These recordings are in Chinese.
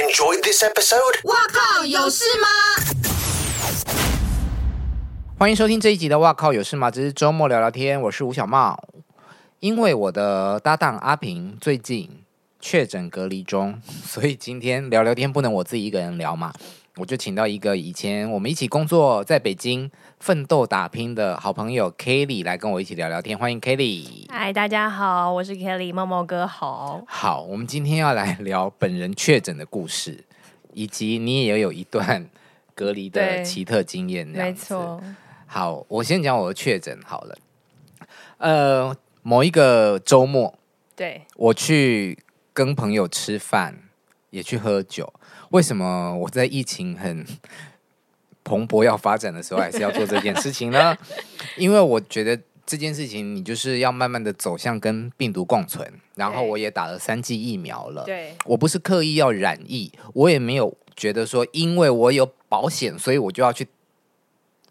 enjoyed this episode? 哇靠，有事吗？欢迎收听这一集的《哇靠有事吗》，只是周末聊聊天，我是吴小茂。因为我的搭档阿平最近确诊隔离中， 所以今天聊聊天不能我自己一个人聊嘛，我就请到一个以前我们一起工作在北京奋斗打拼的好朋友 Kelly 来跟我一起聊聊天，欢迎 Kelly。嗨，大家好，我是 Kelly，猫猫哥好。好，我们今天要来聊本人确诊的故事，以及你也有一段隔离的对奇特经验。这样没子错，好，我先讲我的确诊好了。呃，某一个周末，对，我去跟朋友吃饭，也去喝酒。为什么我在疫情很蓬勃要发展的时候，还是要做这件事情呢？因为我觉得这件事情，你就是要慢慢的走向跟病毒共存。然后对我也打了三剂疫苗了，对，我不是刻意要染疫，我也没有觉得说，因为我有保险，所以我就要去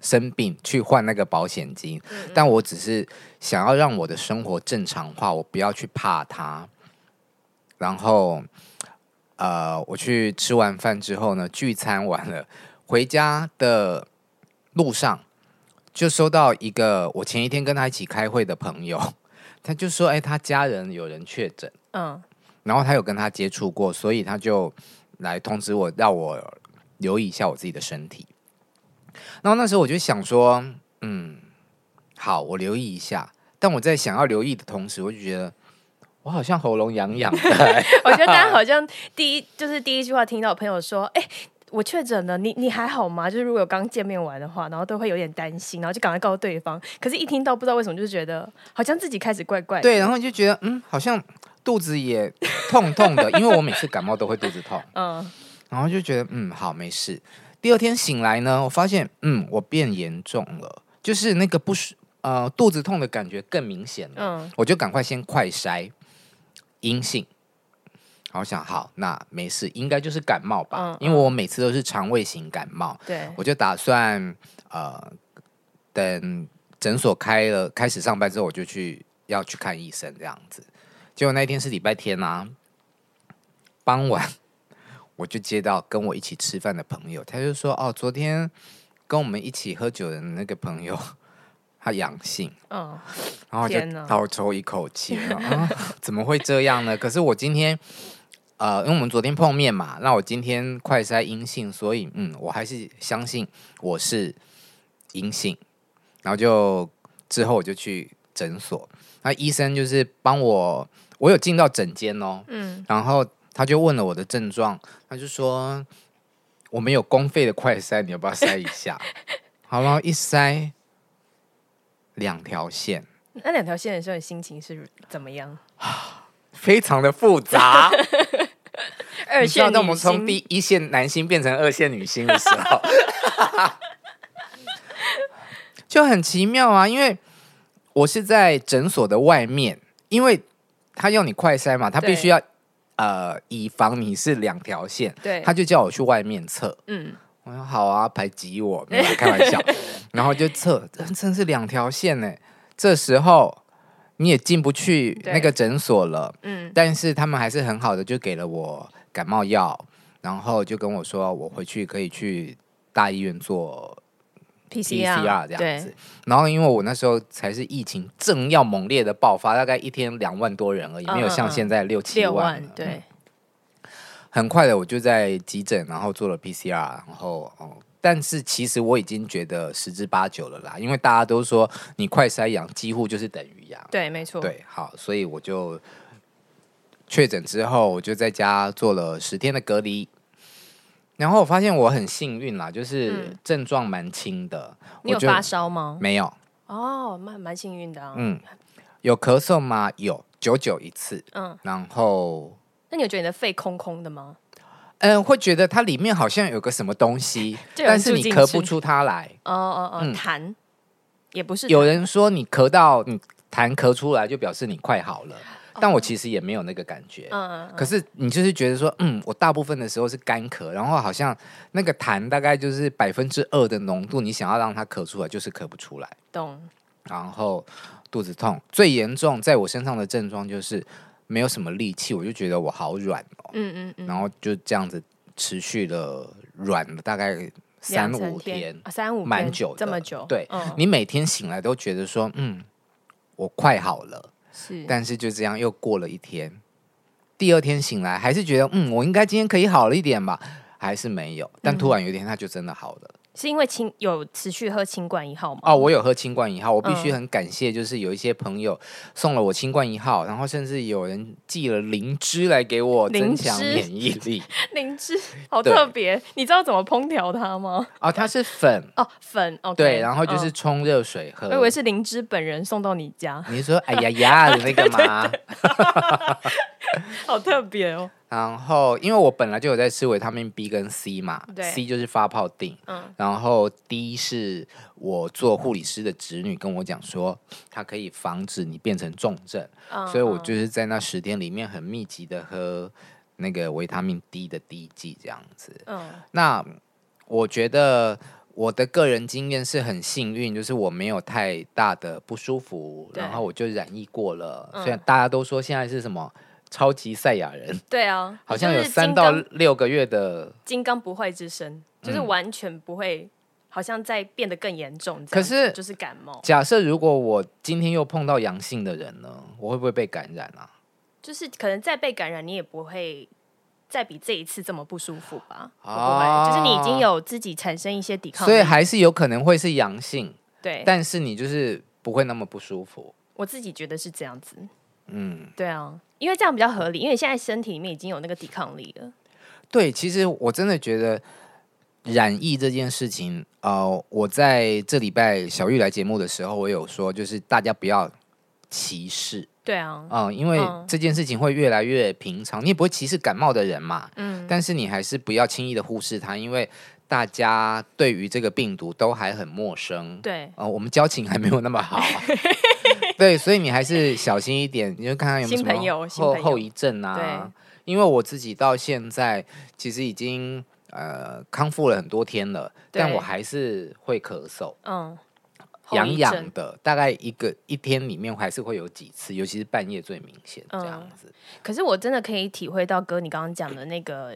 生病去换那个保险金。但我只是想要让我的生活正常化，我不要去怕它。然后，呃，我去吃完饭之后呢，聚餐完了，回家的路上就收到一个我前一天跟他一起开会的朋友，他就说：“哎，他家人有人确诊。”嗯，然后他有跟他接触过，所以他就来通知我，让我留意一下我自己的身体。然后那时候我就想说，嗯，好，我留意一下。但我在想要留意的同时，我就觉得我好像喉咙痒痒的、 我觉得大家好像第一就是第一句话听到朋友说，哎、我确诊了，你你还好吗？就是如果有刚见面完的话，然后都会有点担心，然后就赶快告诉对方。可是，一听到不知道为什么，就觉得好像自己开始怪怪的。对，然后就觉得嗯，好像肚子也痛痛的，因为我每次感冒都会肚子痛。嗯，然后就觉得嗯好没事。第二天醒来呢，我发现嗯我变严重了，就是那个不舒呃肚子痛的感觉更明显了。嗯我就赶快先快筛阴性。然后我想好，那没事，应该就是感冒吧，嗯因为我每次都是肠胃型感冒，对，我就打算呃等诊所开了开始上班之后，我就去要去看医生这样子。结果那一天是礼拜天啊，傍晚我就接到跟我一起吃饭的朋友，他就说：“哦，昨天跟我们一起喝酒的那个朋友，他阳性。”嗯，然后我就天哪倒抽一口气，然后啊，怎么会这样呢？可是我今天，呃，因为我们昨天碰面嘛，那我今天快筛阴性，所以嗯，我还是相信我是阴性。然后就之后我就去诊所，那医生就是帮我，我有进到诊间哦，嗯，然后他就问了我的症状，他就说我们有公费的快筛，你要不要筛一 下？好了，然后一筛两条线。那两条线的时候，你心情是怎么样？非常的复杂。 二你知道，线当我女们从星，第一线男星变成二线女星的时 候，就很奇妙啊！因为我是在诊所的外面，因为他要你快筛嘛，他必须对要呃，以防你是两条线，对他就叫我去外面测。嗯，我说好啊，排挤我，没有啦开玩 笑。然后就测，真真是两条线呢。这时候你也进不去对那个诊所了，嗯，但是他们还是很好的，就给了我感冒药，然后就跟我说我回去可以去大医院做 PCR 这样子对，。然后因为我那时候才是疫情正要猛烈的爆发，大概一天两万多人而已，嗯没有嗯像嗯现在六七六万万了。，嗯对，很快的我就在急诊，然后做了 PCR，然后哦。但是其实我已经觉得十之八九了啦，因为大家都说你快筛阳几乎就是等于阳，对，没错，对，好，所以我就确诊之后，我就在家做了十天的隔离。然后我发现我很幸运啦，就是嗯症状蛮轻的，你我有就发烧吗？没有，哦，蛮蛮幸运的啊。嗯，有咳嗽吗？有，久久一次，嗯，然后那你有觉得你的肺空空的吗？嗯，会觉得它里面好像有个什么东西， 就有但人是住你进咳去不出它来。哦哦哦，嗯痰、也不是有痰人说你咳到你痰咳出来，就表示你快好了，但我其实也没有那个感觉。哦嗯嗯可是你就是觉得说，嗯，我大部分的时候是干咳，然后好像那个痰大概就是百分之二的浓度，你想要让它咳出来，就是咳不出来。懂然后肚子痛，最严重在我身上的症状就是没有什么力气，我就觉得我好软哦，嗯嗯嗯然后就这样子持续了软了大概三两三五天，啊三五蛮天久的，这么久，对、嗯你每天醒来都觉得说，嗯，我快好了，是，但是就这样又过了一天，第二天醒来还是觉得，嗯，我应该今天可以好了一点吧，还是没有。但嗯突然有一天，他就真的好了。是因为清有持续喝清冠一号吗？哦，我有喝清冠一号，我必须嗯很感谢，就是有一些朋友送了我清冠一号，然后甚至有人寄了灵芝来给我增灵强芝免疫力。 灵芝好对特别，你知道怎么烹调它吗？哦，它是粉，哦，粉哦，对，然后就是呃冲热水喝。我以为是灵芝本人送到你家，你是说哎呀呀的 那个吗？好特别哦。然后，因为我本来就有在吃维他命 B 跟 C 嘛对，C 就是发泡定，嗯然后 D 是我做护理师的侄女跟我讲说，它可以防止你变成重症，嗯 所以我嗯就是在那十天里面很密集的喝那个维他命 D 的第一剂这样子。嗯那我觉得我的个人经验是很幸运，就是我没有太大的不舒服，对然后我就染疫过了。嗯虽然大家都说现在是什么超级赛亚人，对啊，好像有就是三金到刚六个月的，金刚不坏之身，就是嗯完全不会，好像在变得更严重这可样子。是就是感冒，假设如果我今天又碰到阳性的人呢，我会不会被感染啊？就是可能再被感染，你也不会再比这一次这么不舒服吧？会不会？哦就是你已经有自己产生一些抵抗力，所以还是有可能会是阳性，对，但是你就是不会那么不舒服。我自己觉得是这样子。嗯，对啊，因为这样比较合理，因为你现在身体里面已经有那个抵抗力了。对，其实我真的觉得染疫这件事情，呃，我在这礼拜小玉来节目的时候，我有说，就是大家不要歧视，对啊，嗯、因为嗯这件事情会越来越平常，你也不会歧视感冒的人嘛，嗯，但是你还是不要轻易的忽视它，因为大家对于这个病毒都还很陌生。对，呃，我们交情还没有那 么好，对，所以你还是小心一点，你就看看有没新有什么朋友新后朋友后遗症啊。因为我自己到现在其实已经呃康复了很多天了，对但我还是会咳嗽，嗯，后痒遗痒症的，大概一个一天里面还是会有几次，尤其是半夜最明显这样嗯子。可是我真的可以体会到哥你刚刚讲的那个，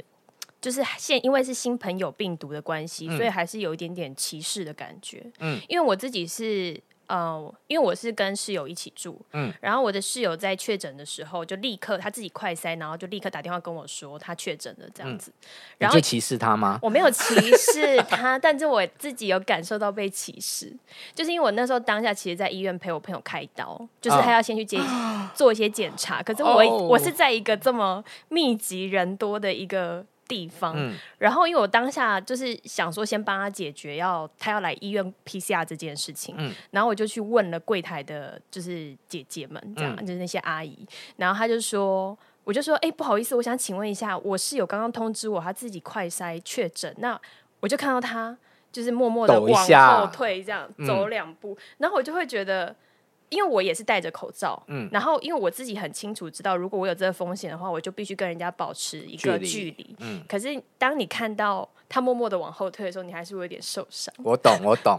就是现因为是新朋友病毒的关系，所以还是有一点点歧视的感觉。嗯嗯，因为我自己是。呃，因为我是跟室友一起住，嗯嗯，然后我的室友在确诊的时候就立刻他自己快筛，然后就立刻打电话跟我说他确诊了这样子，你然后就歧视他吗？我没有歧视他， 但是我自己有感受到被歧视，就是因为我那时候当下其实，在医院陪我朋友开刀，就是他要先去 接、做一些检查，可是我、嗯哦我是在一个这么密集人多的一个地方，嗯然后因为我当下就是想说先帮他解决要他要来医院 PCR 这件事情，嗯然后我就去问了柜台的，就是姐姐们这样，嗯就是那些阿姨，然后她就说。我就说，哎、不好意思，我想请问一下，我室友刚刚通知我他自己快筛确诊，那我就看到他就是默默的抖一往下后退，这样嗯走两步，然后我就会觉得，因为我也是戴着口罩，嗯然后因为我自己很清楚知道，如果我有这个风险的话，我就必须跟人家保持一个距离距离，嗯，可是当你看到他默默的往后退的时候，你还是会有点受伤， 我懂，我懂。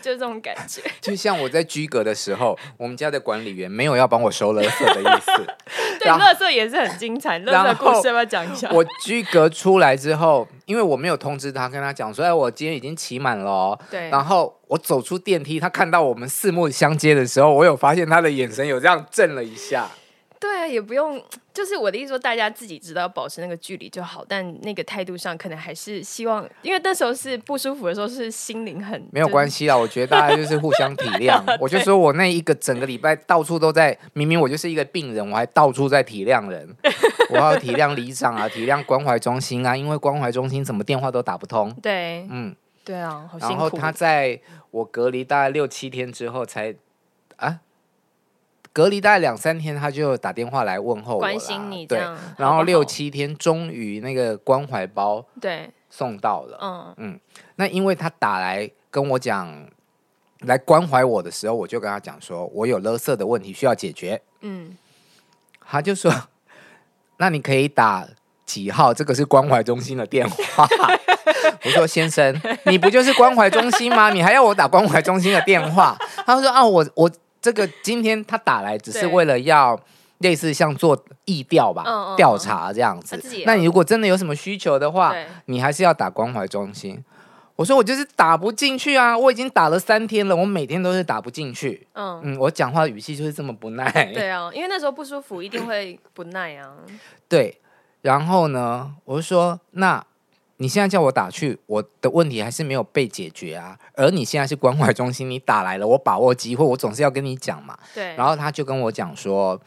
就是这种感 觉。就像我在居隔的时候，我们家的管理员没有要帮我收垃圾的意思。 对，然后乐色也是很精彩，乐然色故后事要不要讲一下？我居隔出来之后，因为我没有通知他，跟他讲说，哎，我今天已经骑满了、哦。对，然后我走出电梯，他看到我们四目相接的时候，我有发现他的眼神有这样震了一下。对啊，也不用，就是我的意思说，大家自己知道保持那个距离就好，但那个态度上可能还是希望，因为那时候是不舒服的时候，是心灵很没有关系，系啦，我觉得大家就是互相体谅。我就说我那一个整个礼拜到处都在，明明我就是一个病人，我还到处在体谅人。我要体谅里长啊，体谅关怀中心啊，因为关怀中心怎么电话都打不通。对嗯。对啊，好辛然后苦。他在我隔离大概六七天之后才啊，隔离大概两三天，他就打电话来问候我啦关心你这对样好，不然后好六七天终于那个关怀包对，送到了。嗯那因为他打来跟我讲。来关怀我的时候，我就跟他讲说，我有勒色的问题需要解决。嗯，他就说， 那你可以打几号？这个是关怀中心的电话。 我说先生，你不就是关怀中心吗？你还要我打关怀中心的电话？他说啊，我我这个今天他打来只是对为了要类似像做意调吧嗯嗯，调嗯查这样子自己。那你如果真的有什么需求的话对，你还是要打关怀中心。我说我就是打不进去啊，我已经打了三天了，我每天都是打不进去。嗯，嗯，我讲话的语气就是这么不耐。对啊，因为那时候不舒服，一定会不耐啊。对，然后呢，我就说，那你现在叫我打去，我的问题还是没有被解决啊。而你现在是关怀中心，你打来了，我把握机会，我总是要跟你讲嘛。对，然后他就跟我讲说，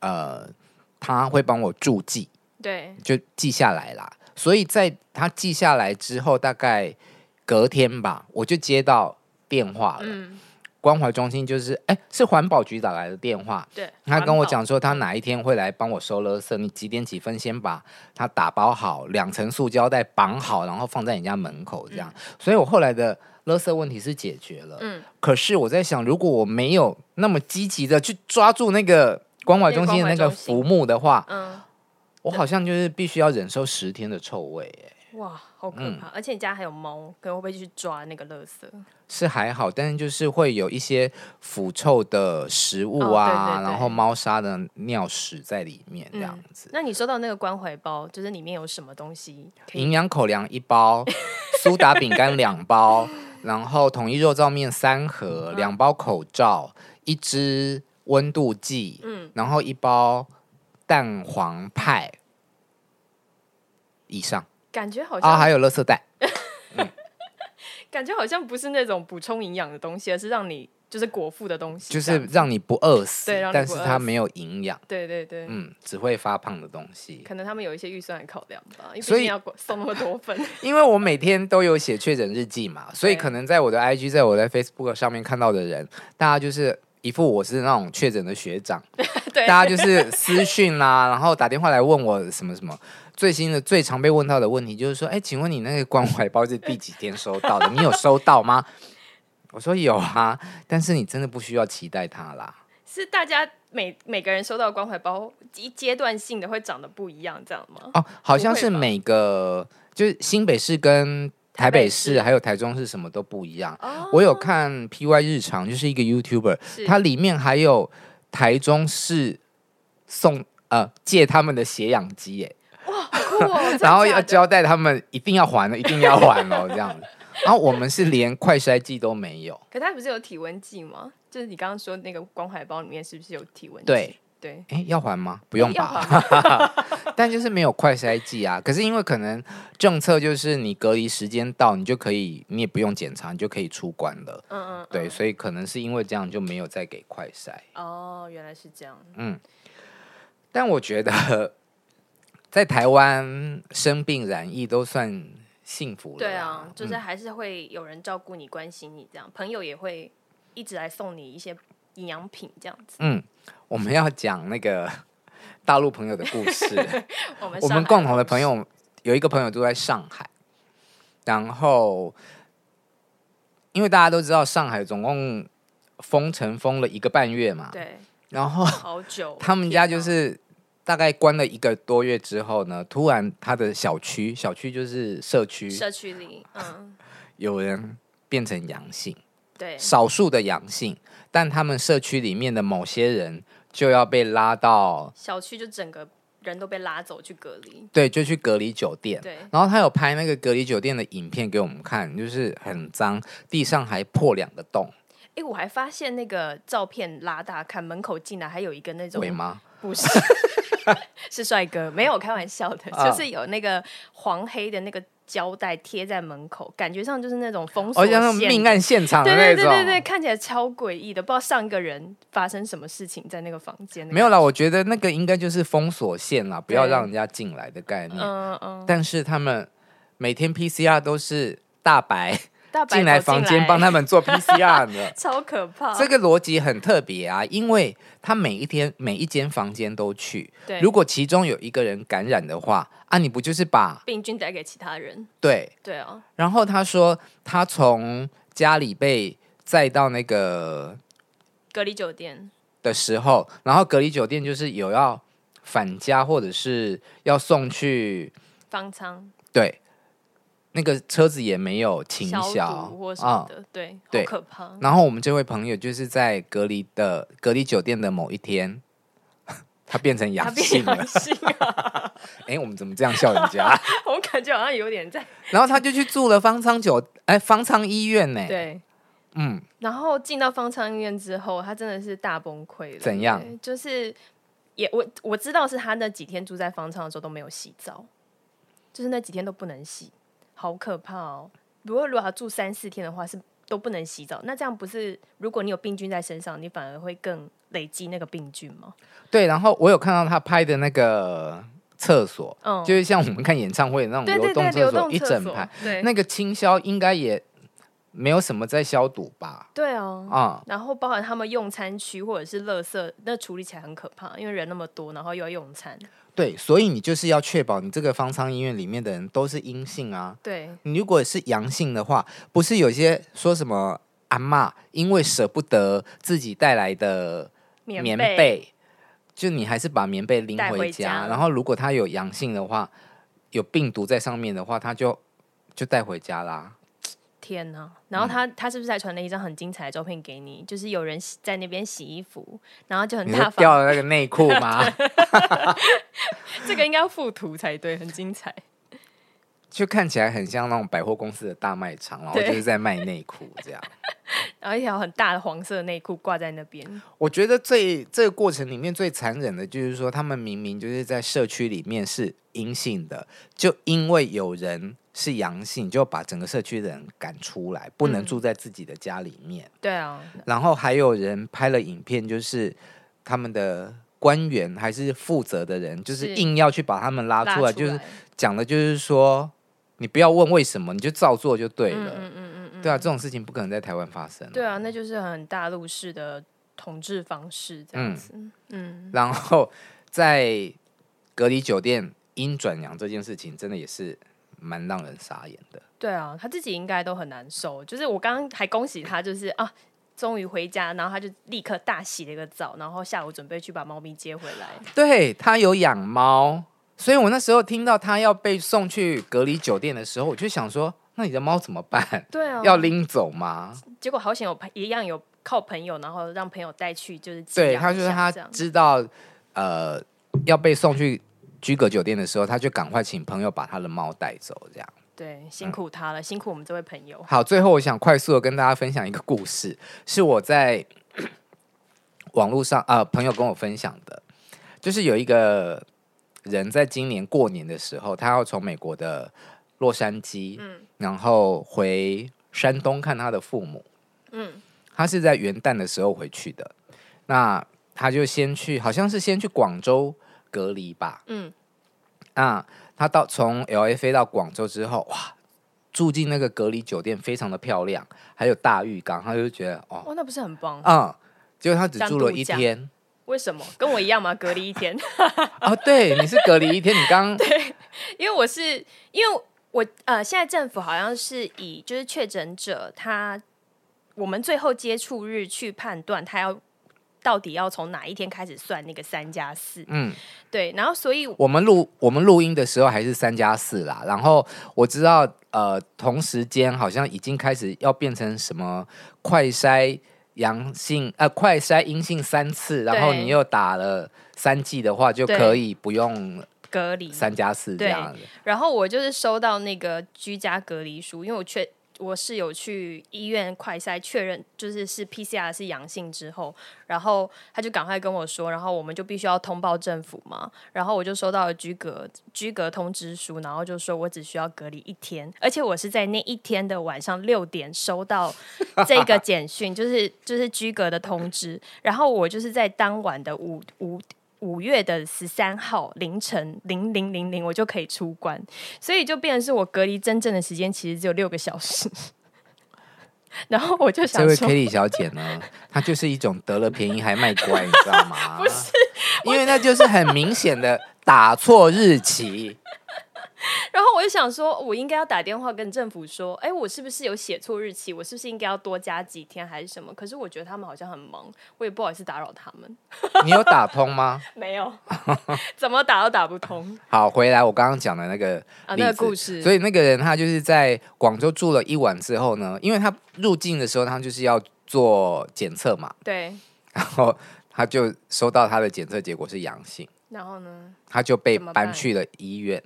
呃，他会帮我注记，对，就记下来啦。所以在他记下来之后，大概隔天吧，我就接到电话了。嗯，关怀中心就是，哎，是环保局打来的电话，对。他跟环我保，讲说，他哪一天会来帮我收垃圾，你几点几分先把它打包好，两层塑胶袋绑好，然后放在你家门口这样。所以我后来的垃圾问题是解决了。嗯，可是我在想，如果我没有那么积极的去抓住那个关怀中心的那那个关怀中个心浮木的话，嗯，我好像就是必须要忍受十天的臭味、哎哇，好可嗯怕！而且你家还有猫，可能会不会去抓那个垃圾？是还好，但是就是会有一些腐臭的食物哦啊，对对对嗯然后猫砂的尿屎在里面这样子。那你收到那个关怀包，就是里面有什么东西可以？营养口粮 一包，苏打饼干两包，然后统一肉燥面三嗯盒，两包口罩，一支温度计，嗯然后一包蛋黄派，以上感觉好像、啊，还有垃圾袋，感觉好像不是那种补充营养的东西，而是让你就是果腹的东西这就样，是让你不饿死对让，你但不是饿它死没有营养，对对对，嗯，只会发胖的东西。可能他们有一些预算的考量吧，因为毕所以竟 要送那么多份，因为我每天都有写确诊日记嘛，所以对可能在我的 IG，在我的 Facebook 上面看到的人，大家就是一副我是那种确诊的学长，对 大家就是私讯啦、然后打电话来问我什么什么。最新的最常被问到的问题就是说，哎，请问你那个关怀包是第几天收到的？你有收到吗？ 我说有啊，但是你真的不需要期待它啦。是大家每每个人收到的关怀包一阶段性的会长得不一样，这样吗？哦，好像不会是吧每个就是新北市跟台北北市市还有台中市什么都不一样。哦我有看 PY 日常，就是一个 YouTuber，是它里面还有台中市送呃借他们的血氧机耶，酷哦 真的然后假要的交代他们一定要还的，一定要还 哦这样子。然后我们是连快筛剂都没有，可它不是有体温计吗？就是你刚刚说那个关怀包里面是不是有体温计？对对，哎，要还吗？不用要吧。还吗但就是没有快筛剂啊。可是因为可能政策就是你隔离时间到，你就可以，你也不用检查，你就可以出关了。嗯嗯，嗯对，所以可能是因为这样就没有再给快筛。哦，原来是这样。但我觉得在台湾生病染疫都算幸福了啦。对啊，就是嗯还是会有人照顾你、关心你，这样朋友也会一直来送你一些营养品这样子。嗯，我们要讲那个大陆朋友的故事。我们我们上海共同的朋友有一个朋友住在上海，然后因为大家都知道上海总共封城封了一个半月嘛，对然后好久，他们家就天是大概关了一个多月之后呢，突然他的小区，小区就是社区哪社区里，嗯，有人变成阳性，对，少数的阳性，但他们社区里面的某些人就要被拉到，小区就整个人都被拉走去隔离，对，就去隔离酒店。 对，然后他有拍那个隔离酒店的影片给我们看，就是很脏，地上还破两个洞，哎，我还发现那个照片拉大看，门口进来还有一个那种对吗？不是， 是帅哥，没有开玩笑的，啊就是有那个黄黑的那个胶带贴在门口，感觉上就是那种封锁哦，线像的、那种命案现场的对那对种。对对对，看起来超诡异的，不知道上一个人发生什么事情在那个房间。那个没有啦，我觉得那个应该就是封锁线啦，不要对让人家进来的概念。嗯嗯，但是他们每天 PCR 都是大白大白哦 进来房间帮他，他们做 PCR 的， 超可怕。这个逻辑很特别啊，因为他每一天每一间房间都去，对，如果其中有一个人感染的话，啊，你不就是把病菌带给其他人，对？对啊，然后他说他从家里被载到那个隔离酒店，的时候，然后隔离酒店就是有要返家或者是要送去方舱对。那个车子也没有啊停消消毒或什啊么、的，对，好对可怕。然后我们这位朋友就是在隔离的隔离酒店的某一天， 他变成他阳变性了阳。 性啊， 哎、我们怎么这样笑人家？ 我感觉好像有点在然后他就去住了方舱酒，哎、方舱医院呢、，对。嗯，然后进到方舱医院之后，他真的是大崩溃了。怎样对？就是也我我知道是他那几天住在方舱的时候都没有洗澡，就是那几天都不能洗，好可怕哦！如果如果他住三四天的话，是都不能洗澡，那这样不是如果你有病菌在身上，你反而会更累积那个病菌吗？对。然后我有看到他拍的那个厕所，嗯，就是像我们看演唱会那种对对流对，动流厕动一厕整所排，，对，那个清消应该也没有什么在消毒吧？对啊，啊、然后包含他们用餐区或者是垃圾，那处理起来很可怕，因为人那么多，然后又要用餐，对，所以你就是要确保你这个方舱医院里面的人都是阴性啊。对，你如果是阳性的话，不是有些说什么阿嬷因为舍不得自己带来的棉棉被被，就你还是把棉被拎带回回家家。然后如果它有阳性的话，有病毒在上面的话，它就就带回家啦。天呐！嗯然后他、他是不是还传了一张很精彩的照片给你？就是有人洗在那边洗衣服，然后就很你大说掉方。了那个内 裤吗？这个应该要附图才对，很精彩。就看起来很像那种百货公司的大卖场，然后对就是在卖内裤这样。然后一条很大的黄色内裤挂在那边，我觉得最这个过程里面最残忍的就是说，他们明明就是在社区里面是阴性的，就因为有人是阳性，就把整个社区的人赶出来，不能嗯住在自己的家里面。对啊，然后还有人拍了影片，就是他们的官员还是负责的人，就是是硬要去把他们拉拉出来，就是讲的就是说，你不要问为什么，你就照做就对嗯了。嗯嗯嗯嗯，对啊，这种事情不可能在台湾发生。对啊，那就是很大陆式的统治方式这样嗯子。嗯，然后在隔离酒店因转阳这件事情，真的也是蛮让人傻眼的。对啊，他自己应该都很难受。就是我刚刚还恭喜他，就是啊。终于回家，然后他就立刻大洗了一个澡，然后下午准备去把猫咪接回来。对他有养猫，所以我那时候听到他要被送去隔离酒店的时候，我就想说，那你的猫怎么办？对啊，要拎走吗？结果好险有朋一样有靠朋友，然后让朋友带去，就是寄对，养他一就是下他这样知道，呃，要被送去居隔酒店的时候，他就赶快请朋友把他的猫带走，这样。对，辛苦他了，辛苦我们这位朋 友。好，最后我想快速的跟大家分享一个故事，是我在嗯网络上啊、朋友跟我分享的，就是有一个人在今年过年的时候，他要从美国的洛杉矶，嗯然后回山东看他的父母，嗯，他是在元旦的时候回去的，那他就先去，好像是先去广州隔离吧，嗯，那他到从 L A 飞到广州之后，哇，住进那个隔离酒店非常的漂亮，还有大浴缸，他就觉得哦，哦，那不是很棒？嗯，结果他只像住了度一假天为什么？跟我一样嘛，隔离一天。哦，对，你是隔离一天，你刚因为我是因为我呃，现在政府好像是以就是确诊者他我们最后接触日去判断他要到底要从哪一天开始算那个三加四。嗯，对，然后所以我们录我们录音的时候还是三加四啦，然后我知道呃，同时间好像已经开始要变成什么快筛阳性呃快筛阴性三次，然后对你又打了三剂的话，就对可以不用隔离三加四这对样子。然后我就是收到那个居家隔离书，因为我确我是有去医院快筛确认，就是是 PCR 是阳性之后，然后他就赶快跟我说，然后我们就必须要通报政府嘛，然后我就收到了居隔居隔通知书，然后就说我只需要隔离一天，而且我是在那一天的晚上六点收到这个简讯， 就是就是居隔的通知，然后我就是在当晚的五五五月的十三号凌晨零零零零，我就可以出关，所以就变成是我隔离真正的时间其实只有六个小时。 然后我就想这位说 k，e l y 小姐 呢，她就是一种得了便宜还卖乖，你知道吗？不是，因为那就是很明显的打错日期。然后我就想说，我应该要打电话跟政府说，哎，我是不是有写错日期？我是不是应该要多加几天还是什么？可是我觉得他们好像很忙，我也不好意思打扰他们。你有打通吗？没有， 怎么打都打不 通好，回来我刚刚讲的那个啊！例那个子故事，所以以那个人他就是在广州住了一晚之后呢，因为他入境的时候他就是要做检测嘛，对然后他就收到他的检测结果是阳性，然后呢？他就被怎么搬办去了医院，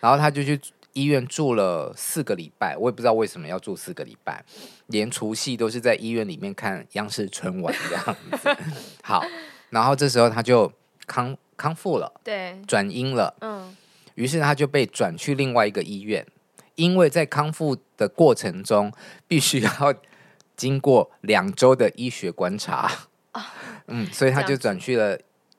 然后他就去医院住了四个礼拜，我也不知道为什么要住四个礼拜，连除夕都是在医院里面看央视春晚这样子。 好，然后这时候他就康康复了，对，转阴了，嗯，于是他就被转去另外一个医院，因为在康复的过程中必须要经过两周的医学观察， 嗯，所以他哦这就样子转去了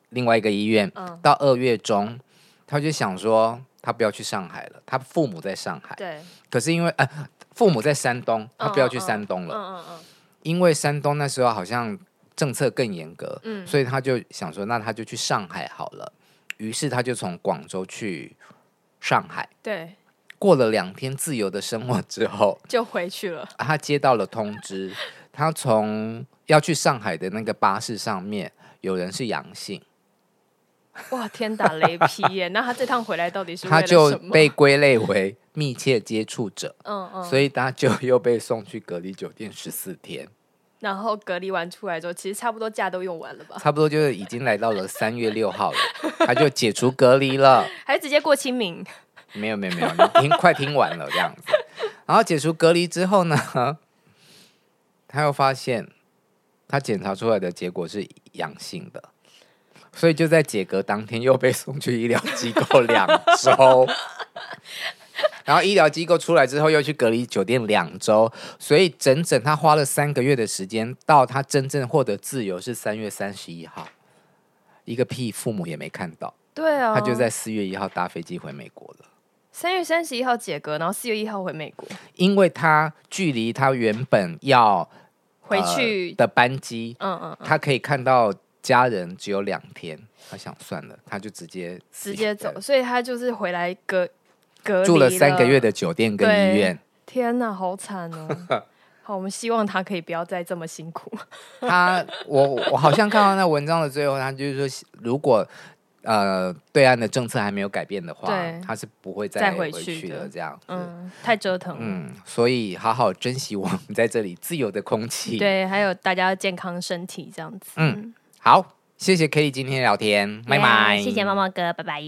另外一个医院。嗯到二月中，他就想说他不要去上海了，他父母在上海，对，可是因为呃父母在山东，他不要去嗯嗯山东嗯了，嗯嗯，因为山东那时候好像政策更严格，嗯所以他就想说，那他就去上海好了。于是他就从广州去上海，对，过了两天自由的生活之后， 就回去 了。他接到了通知，他从要去上海的那个巴士上面有人是阳性，哇，天打雷劈耶！那他这趟回来到底是为他了就什么？被归类为密切接触者，嗯嗯，所以他就又被送去隔离酒店十四天。然后隔离完出来之后，其实差不多假都用完了吧？差不多就是已经来到了三月六号了，他就解除隔离了。还直接过清明？没有没有没有，你听快听完了这样子。然后解除隔离之后呢， 他又发现他检查出来的结果是阳性的，所以就在解隔当天又被送去医疗机构两周。然后医疗机构出来之后，又去隔离酒店两周，所以整整他花了三个月的时间，到他真正获得自由是三月三十一号，一个屁父母也没看到，对啊，他就在四月一号搭飞机回美国了。三月三十一号解隔，然后四月一号回美国，因为他距离他原本要回呃去，的班机，嗯嗯嗯，他可以看到家人只有两天，他想算了，他就直接直接走，所以他就是回来隔隔离住了三个月的。的酒店跟对 医院。天哪，好惨 哦！好，我们希望他可以不要再这么辛苦。 嗯他我我好像看到那文章的最后，他就是说，如果呃对岸的政策还没有改变的话对，他是不会再再回回去去的的这样子。嗯，太折腾了。嗯，所以好好珍惜我们在这里自由的空气。，对，还有大家健康身体这样子。啊嗯，好，谢谢 Kelly 今天的聊天，拜拜，谢谢猫猫哥，拜拜。